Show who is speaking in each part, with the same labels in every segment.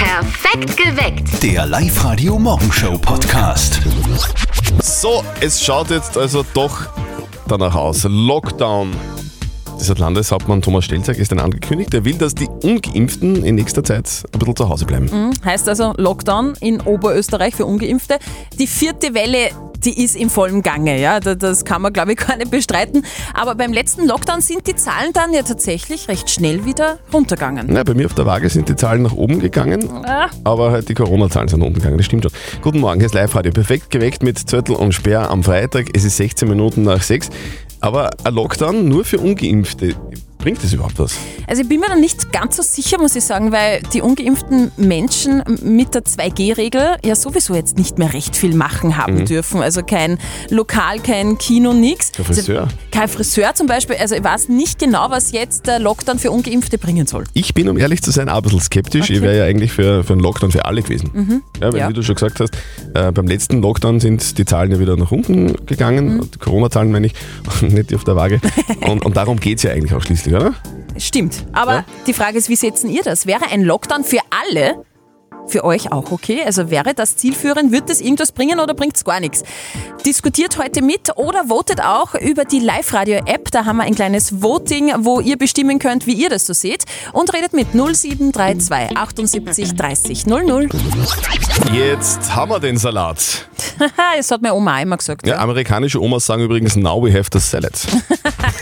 Speaker 1: Perfekt geweckt.
Speaker 2: Der Live-Radio Morgenshow Podcast.
Speaker 3: So, es schaut jetzt also doch danach aus. Lockdown. Dieser Landeshauptmann Thomas Stelzer gestern angekündigt, er will, dass die Ungeimpften in nächster Zeit ein bisschen zu Hause bleiben.
Speaker 4: Heißt also Lockdown in Oberösterreich für Ungeimpfte. Die vierte Welle, die ist im vollen Gange, ja, da- das kann man glaube ich gar nicht bestreiten. Aber beim letzten Lockdown sind die Zahlen dann ja tatsächlich recht schnell wieder runtergegangen.
Speaker 3: Na, bei mir auf der Waage sind die Zahlen nach oben gegangen, aber halt die Corona-Zahlen sind nach oben gegangen, das stimmt schon. Guten Morgen, hier ist Live-Radio. Perfekt geweckt mit Zörtel und Speer am Freitag. Es ist 16 Minuten nach 6. Aber ein Lockdown nur für Ungeimpfte, bringt das überhaupt was?
Speaker 4: Also ich bin mir da nicht ganz so sicher, muss ich sagen, weil die ungeimpften Menschen mit der 2G-Regel ja sowieso jetzt nicht mehr recht viel machen haben dürfen. Also kein Lokal, kein Kino, nix.
Speaker 3: Mhm. Kein Friseur.
Speaker 4: Also kein Friseur zum Beispiel. Also ich weiß nicht genau, was jetzt der Lockdown für Ungeimpfte bringen soll.
Speaker 3: Ich bin, um ehrlich zu sein, auch ein bisschen skeptisch. Ich wäre ja eigentlich für, für einen Lockdown für alle gewesen. Ja, weil,
Speaker 4: Ja.
Speaker 3: wie du schon gesagt hast, äh, beim letzten Lockdown sind die Zahlen ja wieder nach unten gegangen. Die Corona-Zahlen meine ich, nicht die auf der Waage. Und, und darum geht es ja eigentlich auch schließlich, oder?
Speaker 4: Stimmt. Aber
Speaker 3: Ja.
Speaker 4: die Frage ist, wie setzen ihr das? Wäre ein Lockdown für alle für euch auch okay? Also wäre das zielführend? Wird das irgendwas bringen oder bringt es gar nichts? Diskutiert heute mit oder votet auch über die Live-Radio-App. Da haben wir ein kleines Voting, wo ihr bestimmen könnt, wie ihr das so seht. Und redet mit 0732 78 30 00.
Speaker 3: Jetzt haben wir den Salat.
Speaker 4: Haha, das hat meine Oma auch immer gesagt.
Speaker 3: Ja, amerikanische Omas sagen übrigens, now we have the salad.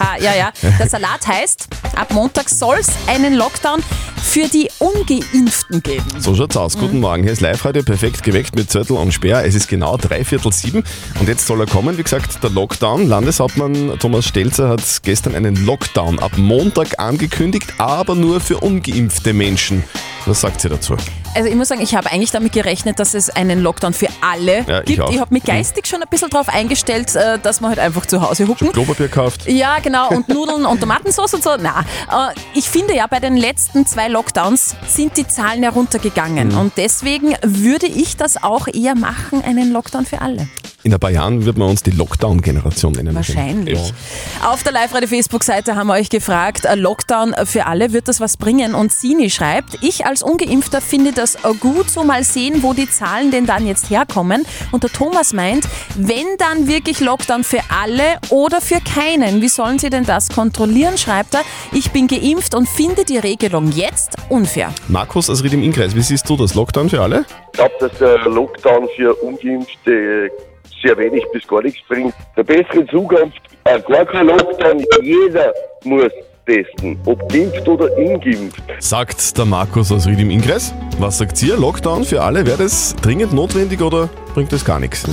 Speaker 4: Ah, ja, ja. Der Salat heißt, ab Montag soll es einen Lockdown für die Ungeimpften geben.
Speaker 3: So schaut's aus. Guten Morgen, hier ist live heute perfekt geweckt mit Zettel und Speer. Es ist genau dreiviertel sieben und jetzt soll er kommen. Wie gesagt, der Lockdown. Landeshauptmann Thomas Stelzer hat gestern einen Lockdown ab Montag angekündigt, aber nur für ungeimpfte Menschen. Was sagt sie dazu?
Speaker 4: Also ich muss sagen, ich habe eigentlich damit gerechnet, dass es einen Lockdown für alle
Speaker 3: Ja, ich
Speaker 4: gibt.
Speaker 3: auch. Mhm.
Speaker 4: Ich, habe mich geistig schon ein bisschen darauf eingestellt, äh, dass wir halt einfach zu Hause hucken.
Speaker 3: Klopapier gekauft?
Speaker 4: Ja, genau, und Nudeln und Tomatensauce und so. Na, äh, ich finde ja, bei den letzten zwei Lockdowns sind die Zahlen heruntergegangen.
Speaker 3: Mhm.
Speaker 4: Und deswegen würde ich das auch eher machen, einen Lockdown für alle.
Speaker 3: In ein paar Jahren wird man uns die Lockdown-Generation nennen.
Speaker 4: Wahrscheinlich.
Speaker 3: Ja.
Speaker 4: Auf der Live-Radio-Facebook-Seite haben wir euch gefragt, ein Lockdown für alle, wird das was bringen? Und Sini schreibt, ich als Ungeimpfter finde das gut, so mal sehen, wo die Zahlen denn dann jetzt herkommen. Und der Thomas meint, wenn dann wirklich Lockdown für alle oder für keinen, wie sollen sie denn das kontrollieren, schreibt er. Ich bin geimpft und finde die Regelung jetzt unfair.
Speaker 3: Markus aus Ried im Innkreis, wie siehst du das? Lockdown für alle?
Speaker 5: Ich glaube, dass der Lockdown für Ungeimpfte sehr wenig bis gar nichts bringt. Der bessere Zukunft, äh, gar kein Lockdown, jeder muss testen, ob geimpft oder ingeimpft.
Speaker 3: Sagt der Markus aus Ried im Innkreis. Was sagt ihr? Lockdown für alle? Wäre das dringend notwendig oder bringt das gar nichts?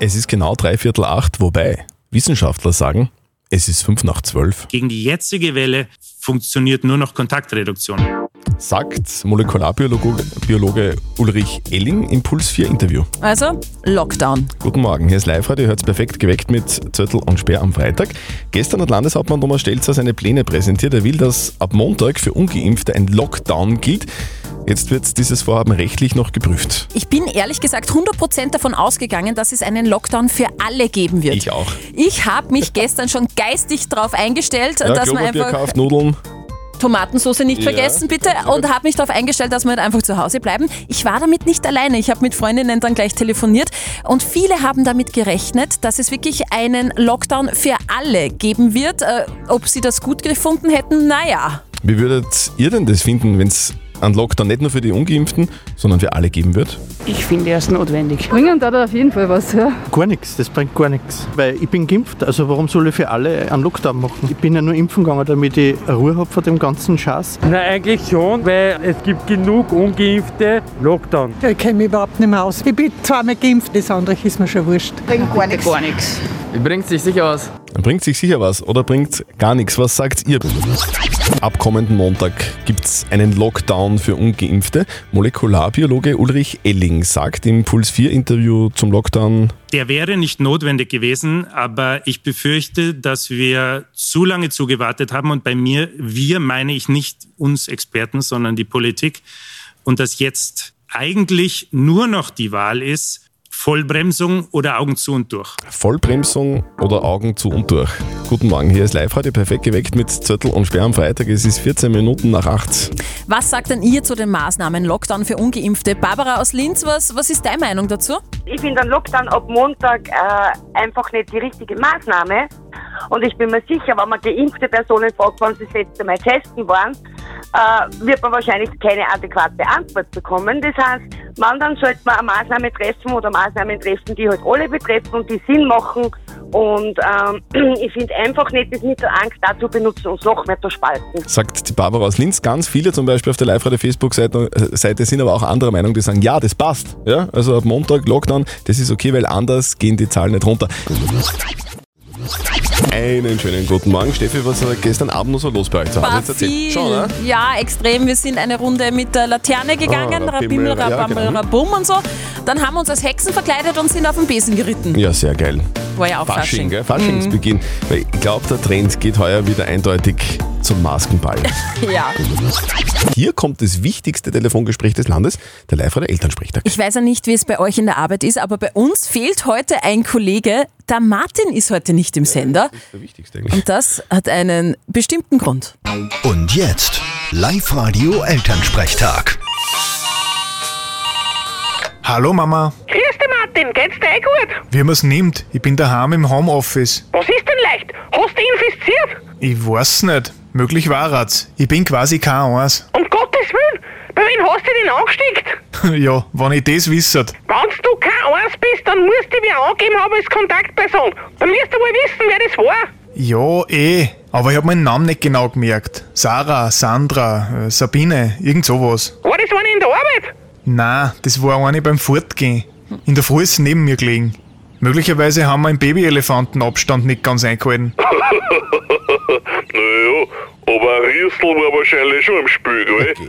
Speaker 3: Es ist genau dreiviertel acht, wobei Wissenschaftler sagen, es ist fünf nach zwölf.
Speaker 6: Gegen die jetzige Welle funktioniert nur noch Kontaktreduktion.
Speaker 3: Sagt Molekularbiologe Biologe Ulrich Elling im Puls 4 Interview.
Speaker 4: Also, Lockdown.
Speaker 3: Guten Morgen, hier ist Live-Radio, ihr hört's perfekt geweckt mit Zöttel und Speer am Freitag. Gestern hat Landeshauptmann Thomas Stelzer seine Pläne präsentiert. Er will, dass ab Montag für Ungeimpfte ein Lockdown gilt. Jetzt wird dieses Vorhaben rechtlich noch geprüft.
Speaker 4: Ich bin ehrlich gesagt 100% davon ausgegangen, dass es einen Lockdown für alle geben wird.
Speaker 3: Ich auch.
Speaker 4: Ich habe mich gestern schon geistig darauf eingestellt,
Speaker 3: Ja,
Speaker 4: dass man
Speaker 3: Klopapier
Speaker 4: einfach
Speaker 3: kauft, Nudeln.
Speaker 4: Tomatensauce nicht
Speaker 3: Ja.
Speaker 4: vergessen bitte und habe mich darauf eingestellt, dass wir halt einfach zu Hause bleiben. Ich war damit nicht alleine. Ich habe mit Freundinnen dann gleich telefoniert und viele haben damit gerechnet, dass es wirklich einen Lockdown für alle geben wird. Äh, ob sie das gut gefunden hätten, naja.
Speaker 3: Wie würdet ihr denn das finden, wenn es einen Lockdown nicht nur für die Ungeimpften, sondern für alle geben wird?
Speaker 7: Ich finde es notwendig.
Speaker 8: Bringen da da auf jeden Fall was, ja.
Speaker 9: Gar nichts, das bringt gar nichts. Weil ich bin geimpft, also warum soll ich für alle einen Lockdown machen? Ich bin ja nur impfen gegangen, damit ich Ruhe habe vor dem ganzen Scheiß.
Speaker 10: Na, eigentlich schon, weil es gibt genug ungeimpfte Lockdown.
Speaker 11: Ich kenne mich überhaupt nicht mehr aus. Ich bin zweimal geimpft, das andere ist mir schon wurscht.
Speaker 7: Gar nichts.
Speaker 3: Dann bringt sich sicher was oder bringt gar nichts. Was sagt ihr? Ab kommenden Montag gibt es einen Lockdown für Ungeimpfte. Molekularbiologe Ulrich Elling sagt im Puls 4 Interview zum Lockdown,
Speaker 6: Der wäre nicht notwendig gewesen, aber ich befürchte, dass wir zu lange zugewartet haben. Und bei mir, wir meine ich nicht uns Experten, sondern die Politik. Und dass jetzt eigentlich nur noch die Wahl ist, Vollbremsung oder Augen zu und durch.
Speaker 3: Vollbremsung oder Augen zu und durch. Guten Morgen, hier ist Live-Radio perfekt geweckt mit Zettel und Sperr am Freitag. Es ist 14 Minuten nach 8.
Speaker 4: Was sagt denn ihr zu den Maßnahmen Lockdown für Ungeimpfte? Barbara aus Linz, was, was ist deine Meinung dazu?
Speaker 7: Ich finde den Lockdown ab Montag äh, einfach nicht die richtige Maßnahme. Und ich bin mir sicher, wenn man geimpfte Personen fragt, wann sie das letzte Mal testen waren, äh, wird man wahrscheinlich keine adäquate Antwort bekommen. Das heißt, man dann sollte man eine Maßnahme treffen oder Maßnahmen treffen, die halt alle betreffen und die Sinn machen. Und ähm, ich finde einfach nicht das Mittel Angst dazu benutzen, uns noch mehr zu spalten.
Speaker 3: Sagt die Barbara aus Linz. Ganz viele zum Beispiel auf der Live-Radio-Facebook-Seite äh, Seite sind aber auch anderer Meinung, die sagen, ja, das passt. Ja? Also ab Montag Lockdown, das ist okay, weil anders gehen die Zahlen nicht runter. Einen schönen guten Morgen. Steffi, was war gestern Abend noch so los bei euch zu Hause?
Speaker 4: War
Speaker 3: Jetzt erzähl.
Speaker 4: viel.
Speaker 3: Schon, ne?
Speaker 4: Ja, extrem. Wir sind eine Runde mit der Laterne gegangen,
Speaker 3: Ah,
Speaker 4: Rabimmel,
Speaker 3: Rabimmel, ja,
Speaker 4: Rabammel,
Speaker 3: genau.
Speaker 4: Rabum und so. Dann haben wir uns als Hexen verkleidet und sind auf dem Besen geritten.
Speaker 3: Ja, sehr geil.
Speaker 4: War ja auch
Speaker 3: Fasching,
Speaker 4: Fasching. Mhm.
Speaker 3: gell? Faschingsbeginn. Weil ich glaube, der Trend geht heuer wieder eindeutig zum Maskenball.
Speaker 4: Ja.
Speaker 3: Hier kommt das wichtigste Telefongespräch des Landes, der live oder Elternsprechtag.
Speaker 4: Ich weiß ja nicht, wie es bei euch in der Arbeit ist, aber bei uns fehlt heute ein Kollege. Der Martin ist heute nicht im Sender.
Speaker 3: Der wichtigste eigentlich.
Speaker 4: Das hat einen bestimmten Grund.
Speaker 2: Und jetzt Live-Radio Elternsprechtag.
Speaker 1: Hallo Mama,
Speaker 7: Grüß dich, Martin. Geht's dir eh gut?
Speaker 1: wie man's nimmt, ich bin daheim im Homeoffice.
Speaker 7: Was ist denn leicht? Hast du infiziert?
Speaker 1: Ich weiß nicht, möglich war's. Ich bin quasi kein eins.
Speaker 7: Um Gottes Willen, bei wem hast du den angesteckt?
Speaker 1: ja, wenn ich das wisset.
Speaker 7: Wenn du kein Eins bist, dann musst du dich wieder angeben haben als Kontaktperson. Dann wirst du wohl wissen, wer das war.
Speaker 1: Ja, eh, aber ich hab meinen Namen nicht genau gemerkt. Sarah, Sandra, äh, Sabine, irgend sowas.
Speaker 7: War das eine in der Arbeit?
Speaker 1: Na, das war eine beim Fortgehen. In der Früh ist sie neben mir gelegen. Möglicherweise haben wir im Babyelefantenabstand nicht ganz eingehalten.
Speaker 5: Naja, aber ein Riesel war wahrscheinlich schon im Spiel, gell?
Speaker 7: Geh,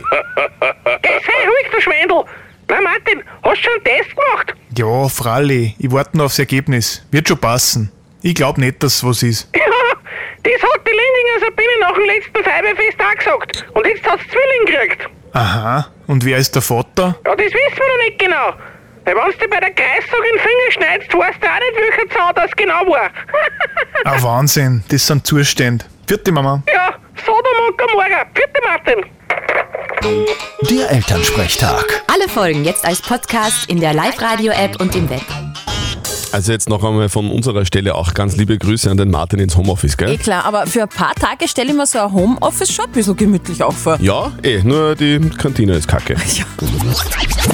Speaker 7: sei ruhig, du Schwendel. Na Martin, hast du schon einen Test gemacht?
Speaker 1: Ja, Fralli, ich warte noch aufs Ergebnis. Wird schon passen. Ich glaub nicht, dass was ist.
Speaker 7: Ja, das hat die Lindinger Sabine nach dem letzten Feiberfest auch gesagt. Und jetzt hat's Zwilling gekriegt.
Speaker 1: Aha, und wer ist der Vater?
Speaker 7: Ja, das wissen wir noch nicht genau. Weil wenn du bei der Kreissäge den Finger schneidest, weißt du auch nicht, welcher Zahn das genau war.
Speaker 1: Ah, Wahnsinn, das sind Zustände. Vierte Mama.
Speaker 7: ja, Sodom und Gomorra. Vierte Martin.
Speaker 2: Der Elternsprechtag.
Speaker 12: Alle Folgen jetzt als Podcast in der Live-Radio-App und im Web.
Speaker 3: Also jetzt noch einmal von unserer Stelle auch ganz liebe Grüße an den Martin ins Homeoffice,
Speaker 4: Eh
Speaker 3: gell?
Speaker 4: klar, aber für ein paar Tage stelle ich mir so ein Homeoffice schon ein bisschen gemütlich auch vor.
Speaker 3: Ja, eh, nur die Kantine ist kacke.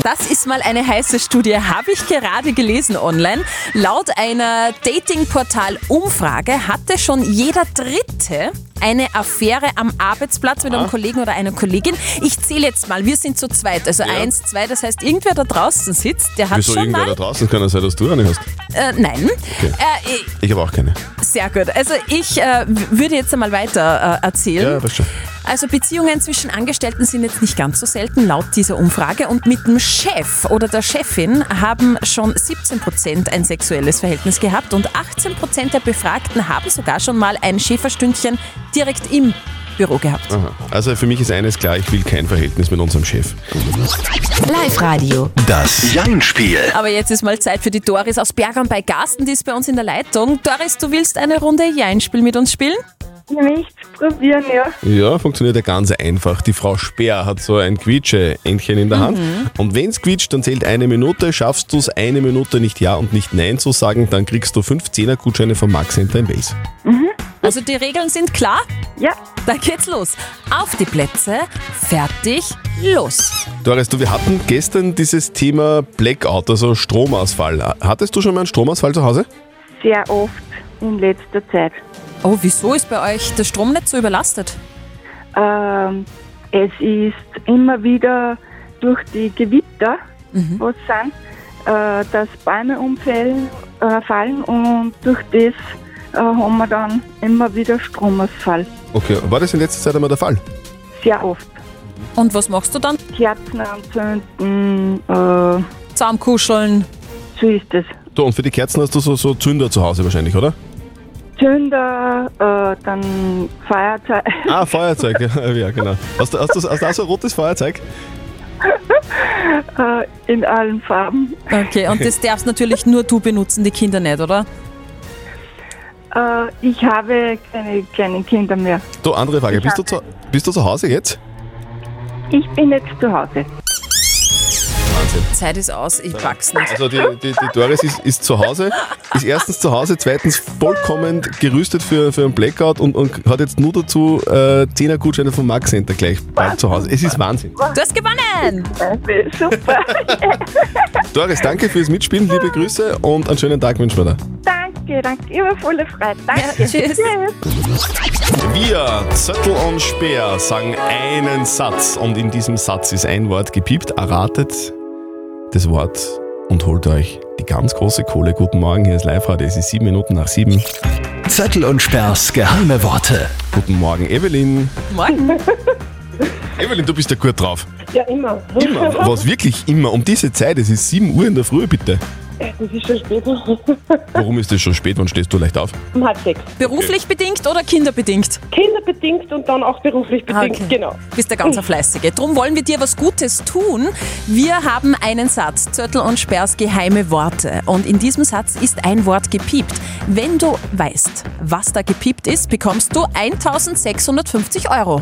Speaker 4: Das ist mal eine heiße Studie, habe ich gerade gelesen online. Laut einer Dating-Portal-Umfrage hatte schon jeder Dritte eine Affäre am Arbeitsplatz mit
Speaker 3: Ah.
Speaker 4: einem Kollegen oder einer Kollegin. Ich zähle jetzt mal, wir sind zu zweit, also eins, zwei, das heißt, irgendwer da draußen sitzt, der hat
Speaker 3: Wieso
Speaker 4: schon
Speaker 3: irgendwer
Speaker 4: mal...
Speaker 3: da draußen kann er sein, dass du eine hast?
Speaker 4: Äh, nein. Äh,
Speaker 3: Ich habe auch keine.
Speaker 4: Sehr gut. Also ich äh, w- würde jetzt einmal weiter äh, erzählen.
Speaker 3: Ja, das schon.
Speaker 4: Also Beziehungen zwischen Angestellten sind jetzt nicht ganz so selten laut dieser Umfrage und mit dem Chef oder der Chefin haben schon 17 Prozent ein sexuelles Verhältnis gehabt und 18 Prozent der Befragten haben sogar schon mal ein Schäferstündchen direkt im Büro gehabt.
Speaker 3: Aha. Also für mich ist eines klar, ich will kein Verhältnis mit unserem Chef.
Speaker 12: Live-Radio.
Speaker 2: Das Jein-Spiel.
Speaker 4: Aber jetzt ist mal Zeit für die Doris aus Bergern bei Garsten, die ist bei uns in der Leitung. Doris, du willst eine Runde Jeinspiel mit uns spielen?
Speaker 8: Nichts probieren, ja.
Speaker 3: Ja, funktioniert ja ganz einfach. Die Frau Speer hat so ein Quietsche-Entchen in der Hand. Und wenn's quietscht, dann zählt eine Minute. Schaffst du's eine Minute nicht Ja und nicht Nein zu sagen, dann kriegst du fünf Zehner-Gutscheine von Max Center in Base.
Speaker 4: Also die Regeln sind klar?
Speaker 8: Ja.
Speaker 4: Dann geht's los. Auf die Plätze, fertig, los.
Speaker 3: Doris, du, wir hatten gestern dieses Thema Blackout, also Stromausfall. Hattest du schon mal einen Stromausfall zu Hause?
Speaker 8: Sehr oft in letzter Zeit.
Speaker 4: Oh, wieso ist bei euch das Stromnetz so überlastet?
Speaker 8: Ähm, es ist immer wieder durch die Gewitter,
Speaker 4: Mhm.
Speaker 8: was sind, äh, dass Bäume umfallen äh, fallen und durch das äh, haben wir dann immer wieder Stromausfall.
Speaker 3: Okay, war das in letzter Zeit einmal der Fall?
Speaker 8: Sehr oft.
Speaker 4: Und was machst du dann?
Speaker 8: Kerzen anzünden, äh,
Speaker 4: Zaumkuscheln.
Speaker 8: so ist es.
Speaker 3: Du, und für die Kerzen hast du so, so Zünder zu Hause wahrscheinlich, oder?
Speaker 8: Zünder, äh, dann Feuerzeug.
Speaker 3: Ah, Feuerzeug, ja, ja genau. Hast du, hast du, hast du auch so ein rotes Feuerzeug?
Speaker 8: Äh, in allen Farben.
Speaker 4: Okay, und das darfst natürlich nur du benutzen, die Kinder nicht, oder?
Speaker 8: Äh, ich habe keine kleinen Kinder mehr.
Speaker 3: Du, andere Frage,
Speaker 8: Ich
Speaker 3: bist du, zu, bist du zu Hause jetzt?
Speaker 8: Ich bin jetzt zu Hause.
Speaker 3: Wahnsinn.
Speaker 4: Zeit ist aus, ich pack's nicht.
Speaker 3: Also die, die, die Doris ist, ist zu Hause, ist erstens zu Hause, zweitens vollkommen gerüstet für, für einen Blackout und, und hat jetzt nur dazu äh, 10er Gutscheine vom Max Center gleich bald zu Hause. Es ist Wahnsinn.
Speaker 4: Du hast gewonnen!
Speaker 8: Super.
Speaker 3: Doris, danke fürs Mitspielen, liebe Grüße und einen schönen Tag wünschen wir dir.
Speaker 8: danke, danke. Immer volle Freude. Danke.
Speaker 4: tschüss.
Speaker 3: Wir, Zöttl und Speer, sagen einen Satz und in diesem Satz ist ein Wort gepiept. Erratet das Wort und holt euch die ganz große Kohle. Guten Morgen, hier ist Live-Radio, es ist sieben Minuten nach sieben.
Speaker 2: Zettel und Sperrs geheime Worte.
Speaker 3: Guten Morgen, Evelyn.
Speaker 4: Morgen.
Speaker 3: Evelyn, du bist ja gut drauf.
Speaker 13: Ja, immer.
Speaker 3: Immer, was wirklich immer, um diese Zeit, es ist 7 Uhr in der Früh, bitte.
Speaker 13: Das ist schon spät.
Speaker 3: Warum ist es schon spät, wann stehst du leicht auf?
Speaker 13: Um halb sechs.
Speaker 4: Beruflich bedingt oder kinderbedingt? Ah,
Speaker 13: Kinderbedingt und dann auch beruflich bedingt, genau.
Speaker 4: Bist der ganzer Fleißige. Drum wollen wir dir was Gutes tun. Wir haben einen Satz, Zöttel und Sperrs geheime Worte. Und in diesem Satz ist ein Wort gepiept. Wenn du weißt, was da gepiept ist, bekommst du 1650 Euro.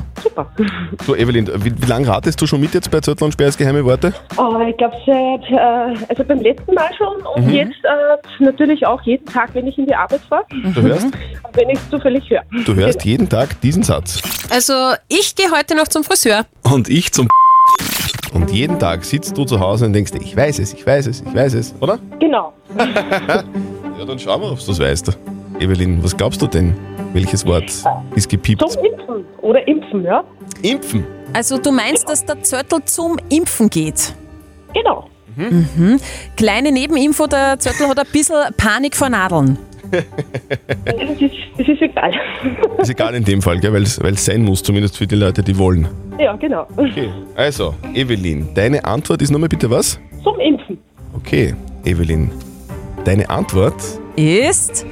Speaker 3: Du, Evelyn, wie, wie lange ratest du schon mit jetzt bei Zöttl und Sperrs geheime Worte?
Speaker 13: Aber Oh, ich glaube, seit, äh, also beim letzten Mal schon und
Speaker 3: Mhm.
Speaker 13: jetzt äh, natürlich auch jeden Tag, wenn ich in die Arbeit fahre.
Speaker 3: Du hörst?
Speaker 13: Und wenn ich es zufällig höre.
Speaker 3: Du hörst jeden Tag diesen Satz.
Speaker 4: Also, ich gehe heute noch zum Friseur.
Speaker 3: Und ich zum Und jeden Tag sitzt du zu Hause und denkst, dir, ich weiß es, ich weiß es, ich weiß es, oder?
Speaker 13: Genau.
Speaker 3: Ja, dann schauen wir, ob du es weißt. Evelyn, was glaubst du denn? Welches Wort ist gepiept?
Speaker 13: Zum Impfen oder Impfen, ja?
Speaker 3: Impfen.
Speaker 4: Also, du meinst, dass der Zöttel zum Impfen geht?
Speaker 13: Genau.
Speaker 4: Mhm. Kleine Nebeninfo, der Zöttel hat ein bisschen Panik vor Nadeln.
Speaker 13: Das ist, das ist egal.
Speaker 3: Ist egal in dem Fall, gell, weil es sein muss, zumindest für die Leute, die wollen.
Speaker 13: Ja, genau.
Speaker 3: Also, Evelyn, deine Antwort ist nochmal bitte was?
Speaker 13: Zum Impfen.
Speaker 3: Okay, Evelyn, deine Antwort?
Speaker 4: Ist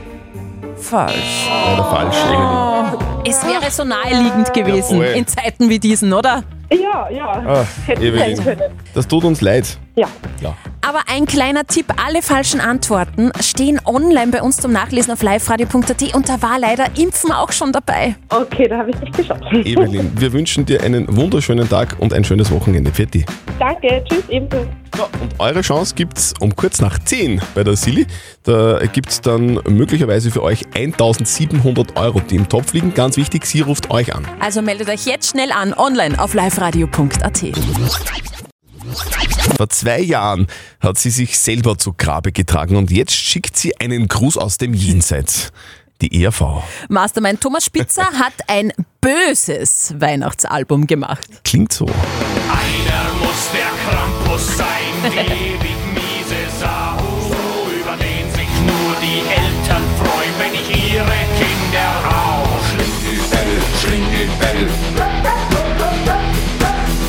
Speaker 4: falsch.
Speaker 3: Leider falsch, Evelyn.
Speaker 4: Es wäre so naheliegend gewesen
Speaker 3: Jawohl.
Speaker 4: in Zeiten wie diesen, oder?
Speaker 13: Ja, ja.
Speaker 3: Ah,
Speaker 13: Hätte sein
Speaker 3: Evelyn,
Speaker 13: können.
Speaker 3: das tut uns leid.
Speaker 13: Ja.
Speaker 3: Ja.
Speaker 4: Aber ein kleiner Tipp, alle falschen Antworten stehen online bei uns zum Nachlesen auf liveradio.at und da war leider Impfen auch schon dabei.
Speaker 13: Okay, da habe ich nicht geschaut.
Speaker 3: Evelyn, wir wünschen dir einen wunderschönen Tag und ein schönes Wochenende. Fertig.
Speaker 13: Danke, tschüss, ebenso.
Speaker 3: Eure Chance gibt's um kurz nach 10 bei der Silly. Da gibt's dann möglicherweise für euch 1700 Euro, die im Topf liegen. Ganz wichtig, sie ruft euch an.
Speaker 4: Also meldet euch jetzt schnell an online auf liveradio.at.
Speaker 3: Vor zwei Jahren hat sie sich selber zu Grabe getragen und jetzt schickt sie einen Gruß aus dem Jenseits. Die E ERV.
Speaker 4: Mastermind Thomas Spitzer hat ein böses Weihnachtsalbum gemacht.
Speaker 3: Klingt so.
Speaker 14: Einer muss der Krampus sein, die ewig miese Sau, über den sich nur die Eltern freuen, wenn ich ihre Kinder auch Schlingel, Schlingel,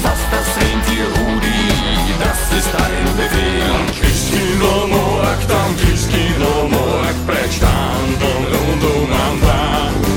Speaker 14: Fass das Rentier Rudi, das ist ein Befehl. Christkind am Morg, dann Christkind am Morg, breit stand und rund um am Wand.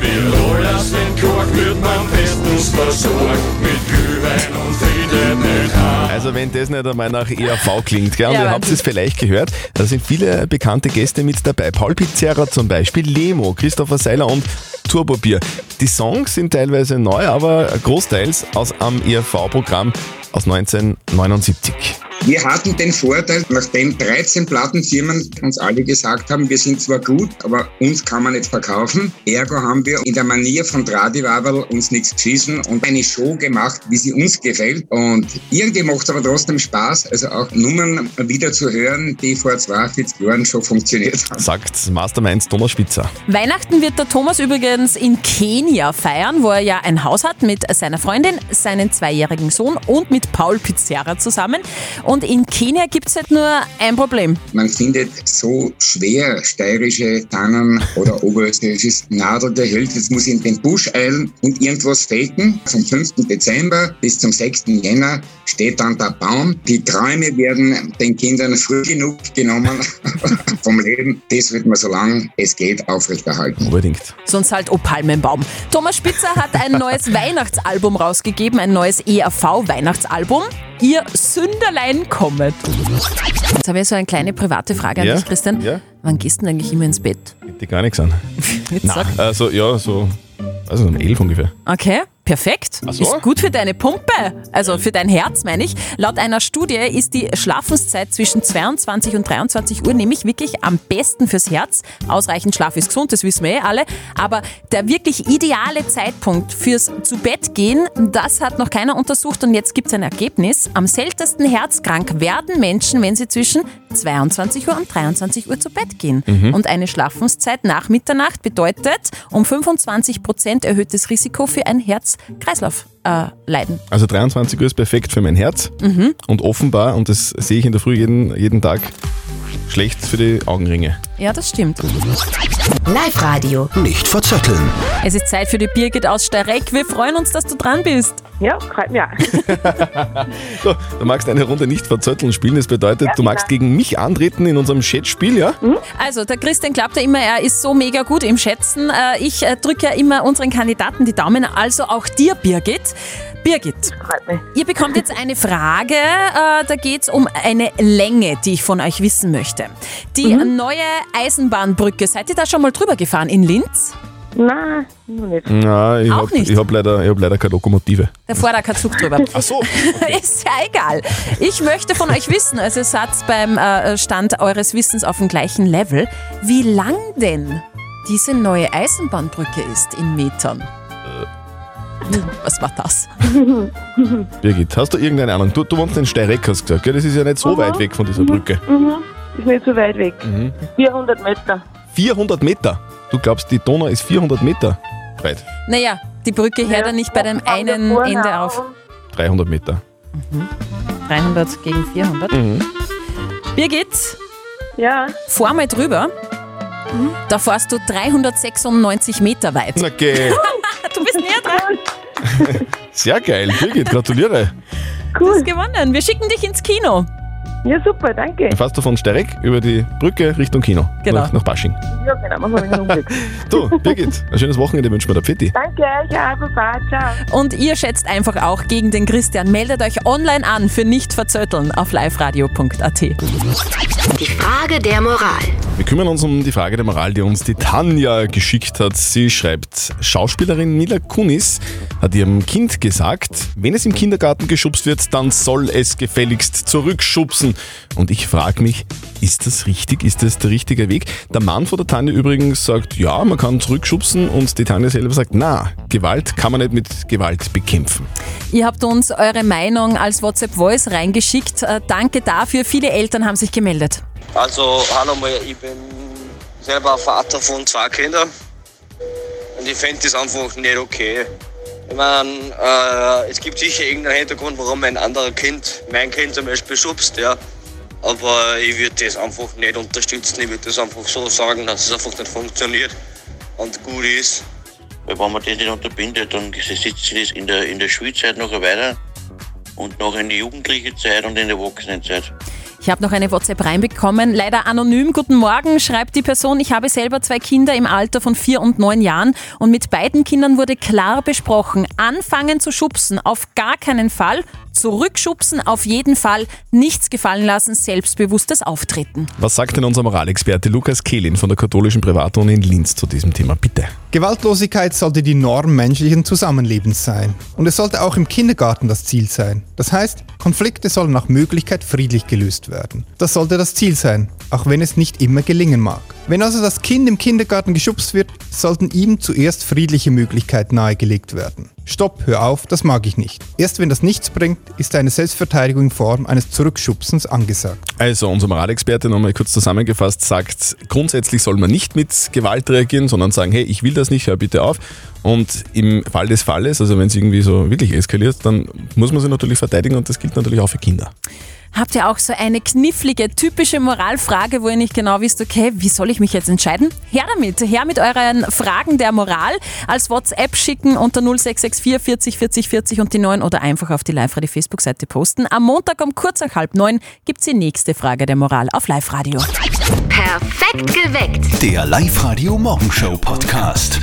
Speaker 14: Wir Lolas den Kork wird man bestens versorgt mit Glühwein und Frieden mit Haar.
Speaker 3: Also wenn das nicht einmal nach ERV klingt, gell? Und
Speaker 14: Ja,
Speaker 3: ihr habt
Speaker 14: Wahnsinn.
Speaker 3: es vielleicht gehört, da sind viele bekannte Gäste mit dabei. Paul Pizzerra zum Beispiel, Lemo, Christopher Seiler und Turbo Bier. Die Songs sind teilweise neu, aber großteils aus am ERV-Programm aus 1979.
Speaker 15: Wir hatten den Vorteil, nachdem 13 Plattenfirmen uns alle gesagt haben, wir sind zwar gut, aber uns kann man nicht verkaufen. Ergo haben wir in der Manier von Tradiwabel uns nichts geschissen und eine Show gemacht, wie sie uns gefällt. Und irgendwie macht es aber trotzdem Spaß, also auch Nummern wieder zu hören, die vor 42 Jahren schon funktioniert haben.
Speaker 3: Sagt Masterminds Thomas Spitzer.
Speaker 4: Weihnachten wird der Thomas übrigens in Kenia feiern, wo er ja ein Haus hat mit seiner Freundin, seinen zweijährigen Sohn und mit Paul Pizzerra zusammen. Und in Kenia gibt es halt nur ein Problem.
Speaker 15: Man findet so schwer steirische Tannen oder oberösterreichisches Nadelgehölz. Jetzt muss ich in den Busch eilen und irgendwas faken. Vom 5. Dezember bis zum 6. Jänner steht dann der Baum. Die Träume werden den Kindern früh genug genommen vom Leben. Das wird man so lange es geht aufrechterhalten.
Speaker 3: Unbedingt.
Speaker 4: Sonst halt Opalmenbaum. Thomas Spitzer hat ein neues Weihnachtsalbum rausgegeben, ein neues ERV-Weihnachtsalbum. E ihr Sünderlein kommet. Jetzt habe ich so eine kleine private Frage an
Speaker 3: Ja?
Speaker 4: dich, Christian.
Speaker 3: Ja?
Speaker 4: Wann gehst du denn eigentlich immer ins Bett?
Speaker 3: Geht dir gar nichts an.
Speaker 4: Jetzt
Speaker 3: Na,
Speaker 4: sag.
Speaker 3: also ja, so, also um elf ungefähr.
Speaker 4: Okay, perfekt.
Speaker 3: so.
Speaker 4: Ist gut für deine Pumpe, also für dein Herz meine ich. Laut einer Studie ist die Schlafenszeit zwischen 22 und 23 Uhr nämlich wirklich am besten fürs Herz. Ausreichend Schlaf ist gesund, das wissen wir eh alle. Aber der wirklich ideale Zeitpunkt fürs zu Bett gehen, das hat noch keiner untersucht und jetzt gibt es ein Ergebnis. Am seltensten herzkrank werden Menschen, wenn sie zwischen 22 Uhr und 23 Uhr zu Bett gehen.
Speaker 16: Mhm.
Speaker 4: Und eine Schlafenszeit nach Mitternacht bedeutet um 25 Prozent erhöhtes Risiko für ein äh, Herz-Kreislauf-Leiden.
Speaker 3: Also 23 Uhr ist perfekt für mein Herz
Speaker 4: Mhm.
Speaker 3: und offenbar, und das sehe ich in der Früh jeden, jeden Tag, schlecht für die Augenringe.
Speaker 4: Ja, das stimmt.
Speaker 12: Live Radio.
Speaker 2: Nicht verzetteln.
Speaker 4: Es ist Zeit für die Birgit aus Starek. Wir freuen uns, dass du dran bist.
Speaker 13: Ja, freut mich
Speaker 3: So, du magst eine Runde nicht verzötteln spielen, das bedeutet, du magst gegen mich antreten in unserem Chatspiel, ja?
Speaker 4: Also, der Christian glaubt ja immer, er ist so mega gut im Schätzen. Äh, Ich drücke ja immer unseren Kandidaten die Daumen, also auch dir, Birgit. Birgit, ihr bekommt jetzt eine Frage, äh, da geht es um eine Länge, die ich von euch wissen möchte. Die neue Eisenbahnbrücke, seid ihr da schon mal drüber gefahren in Linz?
Speaker 13: Nein, noch nicht.
Speaker 3: Na, ich
Speaker 4: Auch
Speaker 3: habe
Speaker 4: nicht.
Speaker 3: hab leider, ich hab leider keine Lokomotive.
Speaker 4: Da fuhr da kein Zug drüber.
Speaker 3: Ach so.
Speaker 4: Ist ja egal. Ich möchte von euch wissen, also Satz beim äh, Stand eures Wissens auf dem gleichen Level, wie lang denn diese neue Eisenbahnbrücke ist in Metern. Was war das?
Speaker 3: Birgit, hast du irgendeine Ahnung? Du, du wohnst in Steyreck, hast du gesagt, gell? Das ist ja nicht so
Speaker 13: Mhm.
Speaker 3: weit weg von dieser Brücke.
Speaker 13: Mhm. Ist nicht so weit weg. 400 Mhm. Meter.
Speaker 3: 400 Meter. Du glaubst, die Donau ist 400 Meter breit.
Speaker 4: Naja, die Brücke hört ja nicht bei dem einen Ende auf.
Speaker 3: 300 Meter.
Speaker 4: 300 gegen 400.
Speaker 3: Mhm.
Speaker 4: Birgit?
Speaker 13: Ja?
Speaker 4: Fahr mal drüber. Da fährst du 396 Meter weit.
Speaker 3: Okay.
Speaker 4: du bist näher dran.
Speaker 3: Sehr geil, Birgit, gratuliere.
Speaker 4: Cool. Du hast gewonnen. Wir schicken dich ins Kino.
Speaker 13: Ja, super, danke.
Speaker 3: Dann fährst du von Steyreck über die Brücke Richtung Kino.
Speaker 4: Genau.
Speaker 3: Nach, nach Basching.
Speaker 13: Ja, genau, machen wir einen Umweg.
Speaker 3: Du, Birgit, ein schönes Wochenende wünschen wir der Pfitti.
Speaker 13: Danke, ja, baba, ciao.
Speaker 4: Und ihr schätzt einfach auch gegen den Christian. Meldet euch online an für nicht verzötteln auf liveradio.at.
Speaker 12: Die Frage der Moral.
Speaker 3: Wir kümmern uns um die Frage der Moral, die uns die Tanja geschickt hat. Sie schreibt, Schauspielerin Mila Kunis hat ihrem Kind gesagt, wenn es im Kindergarten geschubst wird, dann soll es gefälligst zurückschubsen. Und ich frage mich, ist das richtig? Ist das der richtige Weg? Der Mann von der Tanja übrigens sagt, ja, man kann zurückschubsen und die Tanja selber sagt, na, Gewalt kann man nicht mit Gewalt bekämpfen.
Speaker 4: Ihr habt uns eure Meinung als WhatsApp-Voice reingeschickt. Äh, Danke dafür. Viele Eltern haben sich gemeldet.
Speaker 17: Also, hallo mal, ich bin selber Vater von zwei Kindern und ich finde das einfach nicht okay. Ich meine, äh, es gibt sicher irgendeinen Hintergrund, warum ein anderer Kind mein Kind zum Beispiel schubst, ja. Aber ich würde das einfach nicht unterstützen, ich würde das einfach so sagen, dass es einfach nicht funktioniert und gut ist.
Speaker 18: Weil wenn man das nicht unterbindet, dann sitzt das in der, in der Schulzeit noch weiter und noch in die jugendliche Zeit und in der Erwachsenenzeit.
Speaker 4: Ich habe noch eine WhatsApp reinbekommen, leider anonym. Guten Morgen, schreibt die Person. Ich habe selber zwei Kinder im Alter von vier und neun Jahren und mit beiden Kindern wurde klar besprochen, anfangen zu schubsen auf gar keinen Fall, zurückschubsen auf jeden Fall, nichts gefallen lassen, selbstbewusstes Auftreten.
Speaker 3: Was sagt denn unser Moralexperte Lukas Kehlin von der katholischen Privatuni in Linz zu diesem Thema? Bitte.
Speaker 19: Gewaltlosigkeit sollte die Norm menschlichen Zusammenlebens sein. Und es sollte auch im Kindergarten das Ziel sein. Das heißt, Konflikte sollen nach Möglichkeit friedlich gelöst werden. Das sollte das Ziel sein, auch wenn es nicht immer gelingen mag. Wenn also das Kind im Kindergarten geschubst wird, sollten ihm zuerst friedliche Möglichkeiten nahegelegt werden. Stopp, hör auf, das mag ich nicht. Erst wenn das nichts bringt, ist eine Selbstverteidigung in Form eines Zurückschubsens angesagt.
Speaker 3: Also, unser Moralexperte nochmal kurz zusammengefasst sagt, grundsätzlich soll man nicht mit Gewalt reagieren, sondern sagen, hey, ich will das nicht, hör bitte auf. Und im Fall des Falles, also wenn es irgendwie so wirklich eskaliert, dann muss man sich natürlich verteidigen und das gilt natürlich auch für Kinder.
Speaker 4: Habt ihr auch so eine knifflige, typische Moralfrage, wo ihr nicht genau wisst, okay, wie soll ich mich jetzt entscheiden? Her damit, her mit euren Fragen der Moral. Als WhatsApp schicken unter 0664 40 40 40 und die 9 oder einfach auf die Live-Radio Facebook-Seite posten. Am Montag um kurz nach halb neun gibt's die nächste Frage der Moral auf Live-Radio.
Speaker 12: Perfekt geweckt.
Speaker 2: Der Live-Radio Morgenshow Podcast.